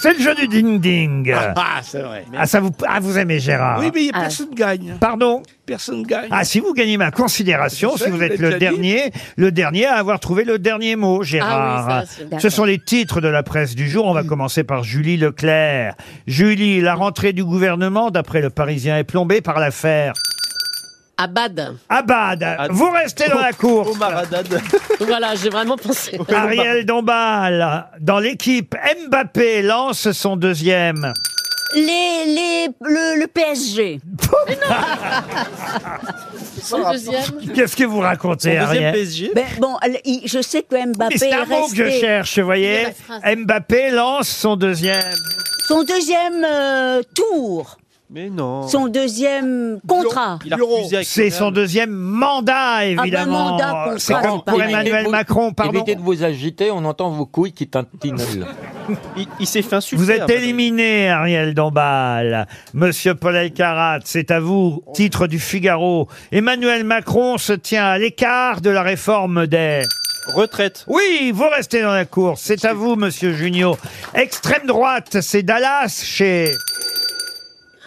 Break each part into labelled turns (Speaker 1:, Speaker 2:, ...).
Speaker 1: C'est le jeu du ding-ding.
Speaker 2: Ah, c'est vrai.
Speaker 1: Ah, ça vous, ah, vous aimez Gérard
Speaker 2: Oui, mais y a
Speaker 3: Ah.
Speaker 2: personne gagne. hein.
Speaker 1: Pardon
Speaker 2: Personne gagne.
Speaker 1: Ah, si vous gagnez ma considération,
Speaker 2: Je
Speaker 1: si
Speaker 2: sais,
Speaker 1: vous
Speaker 2: vous
Speaker 1: êtes
Speaker 2: l'avez
Speaker 1: le
Speaker 2: déjà dit.
Speaker 1: dernier, le dernier à avoir trouvé le dernier mot, Gérard.
Speaker 3: Ah oui, ça, c'est- Mm.
Speaker 1: Ce sont les titres de la presse du jour. On va commencer par Julie Leclerc. Julie, la rentrée du gouvernement, d'après le Parisien, est plombée par l'affaire
Speaker 3: Abad.
Speaker 1: Abad.
Speaker 2: Ah.
Speaker 1: Vous restez dans la
Speaker 2: Oh,
Speaker 1: cour.
Speaker 3: Voilà, j'ai vraiment pensé.
Speaker 1: Ariel Dombal, dans l'équipe, Mbappé lance son deuxième.
Speaker 4: Les, les, le, le PSG.
Speaker 3: Son deuxième.
Speaker 1: Qu'est-ce que vous racontez, Ariel
Speaker 2: PSG.
Speaker 4: Ben, bon, elle- il- je sais que Mbappé
Speaker 1: Mais c'est un
Speaker 4: est
Speaker 1: mot que je
Speaker 4: resté.
Speaker 1: cherche, vous voyez.
Speaker 3: la phrase.
Speaker 1: Mbappé lance son deuxième.
Speaker 4: Son deuxième euh, tour,
Speaker 2: Mais non.
Speaker 4: son deuxième contrat.
Speaker 2: Il a refusé avec
Speaker 1: C'est son deuxième mandat, évidemment.
Speaker 4: mandat, contrat,
Speaker 1: c'est comme
Speaker 4: c'est pas
Speaker 1: pour
Speaker 4: pareil.
Speaker 1: Emmanuel Macron, pardon.
Speaker 5: Évitez de vous agiter, on entend vos couilles qui tintinent.
Speaker 2: Il, il s'est fait insulter.
Speaker 1: Vous êtes
Speaker 2: après.
Speaker 1: éliminé, Ariel Dombal. Monsieur Paul Elkarat, c'est à vous. Titre du Figaro. Emmanuel Macron se tient à l'écart de la réforme des...
Speaker 2: Retraite.
Speaker 1: Oui, vous restez dans la course. C'est à vous, monsieur Junio. Extrême droite, c'est Dallas chez...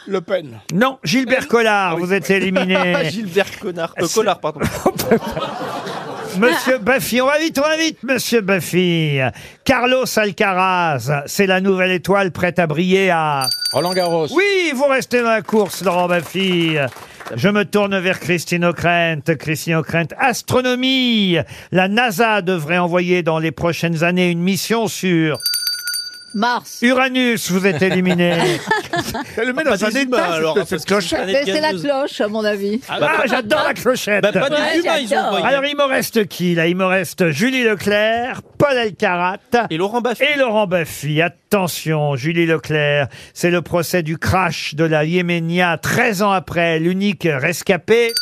Speaker 2: Le Pen.
Speaker 1: Non, Gilbert Collard, vous êtes
Speaker 2: Ah,
Speaker 1: éliminé.
Speaker 2: Gilbert Connard. euh, Collard, pardon.
Speaker 1: Monsieur Buffy, on va vite, on va vite, monsieur Buffy. Carlos Alcaraz, c'est la nouvelle étoile prête à briller à...
Speaker 5: Roland Garros.
Speaker 1: Oui, vous restez dans la course, Laurent Buffy. Je me tourne vers Christine O'Krent. Christine O'Krent, astronomie. La NASA devrait envoyer dans les prochaines années une mission sur
Speaker 6: Mars.
Speaker 1: Uranus. Vous êtes éliminé.
Speaker 2: Elle met dans un débat, alors. hein, Cette clochette.
Speaker 6: Mais Ben, c'est la cloche, à mon avis.
Speaker 1: Ah, j'adore la clochette.
Speaker 2: Bah, pas des humains, ils ont
Speaker 6: j'adore.
Speaker 2: envoyé.
Speaker 1: Alors, il me reste qui, là? Il me reste Julie Leclerc, Paul Alcarat.
Speaker 2: Et Laurent Baffy.
Speaker 1: Et Laurent Baffy, attention, Julie Leclerc, c'est le procès du crash de la Yéménia 13 ans après, l'unique rescapé.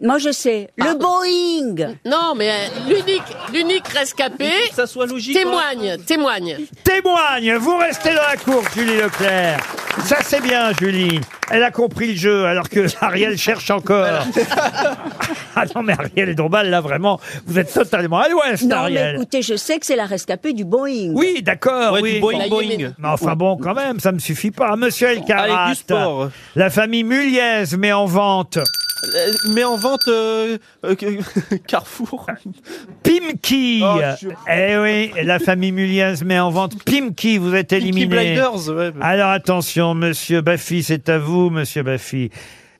Speaker 4: Moi, je sais. Le Boeing.
Speaker 3: Non, mais euh, l'unique, l'unique rescapé
Speaker 2: Que ça soit logique. hein.
Speaker 3: témoigne, témoigne.
Speaker 1: Témoigne, vous restez dans la cour, Julie Leclerc. Ça c'est bien, Julie. Elle a compris le jeu, alors que Ariel cherche encore. ah non, mais Ariel Dombal, là vraiment, vous êtes totalement à l'ouest,
Speaker 4: Non, mais
Speaker 1: Ariel.
Speaker 4: écoutez, je sais que c'est la rescapée du Boeing.
Speaker 1: Oui, d'accord,
Speaker 2: Ouais,
Speaker 1: oui.
Speaker 2: du Boeing,
Speaker 3: La
Speaker 2: Boeing.
Speaker 3: Yémen.
Speaker 1: Mais enfin bon, quand même, ça me suffit pas. Monsieur Elkarat,
Speaker 2: Allez, du sport.
Speaker 1: la famille Muliez met en vente
Speaker 2: Euh, Mais en vente, euh, euh, que- Carrefour.
Speaker 1: Pimki.
Speaker 2: Oh, je suis-
Speaker 1: Eh oui, la famille Muliez met en vente Pimki. Vous êtes éliminé. Ah,
Speaker 2: Peaky Blinders, ouais.
Speaker 1: Alors attention, monsieur Baffy, c'est à vous, monsieur Baffy.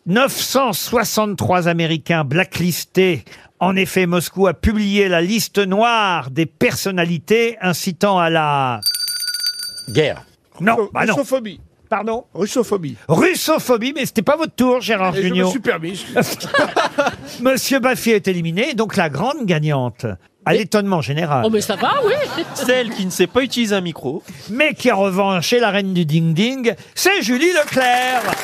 Speaker 1: 963 Américains blacklistés. En effet, Moscou a publié la liste noire des personnalités incitant à la...
Speaker 5: Guerre.
Speaker 2: Euh,
Speaker 1: Non, bah non.
Speaker 7: Russophobie.
Speaker 1: Pardon
Speaker 7: Russophobie.
Speaker 1: Russophobie, mais c'était pas votre tour, Gérard
Speaker 7: Et je me
Speaker 1: Junior.
Speaker 7: suis permis.
Speaker 1: Monsieur Baffy est éliminé, donc la grande gagnante, à l'étonnement général.
Speaker 3: Oh, mais ça va, oui.
Speaker 2: Celle qui ne sait pas utiliser un micro.
Speaker 1: mais qui en revanche est la reine du ding-ding, c'est Julie Leclerc.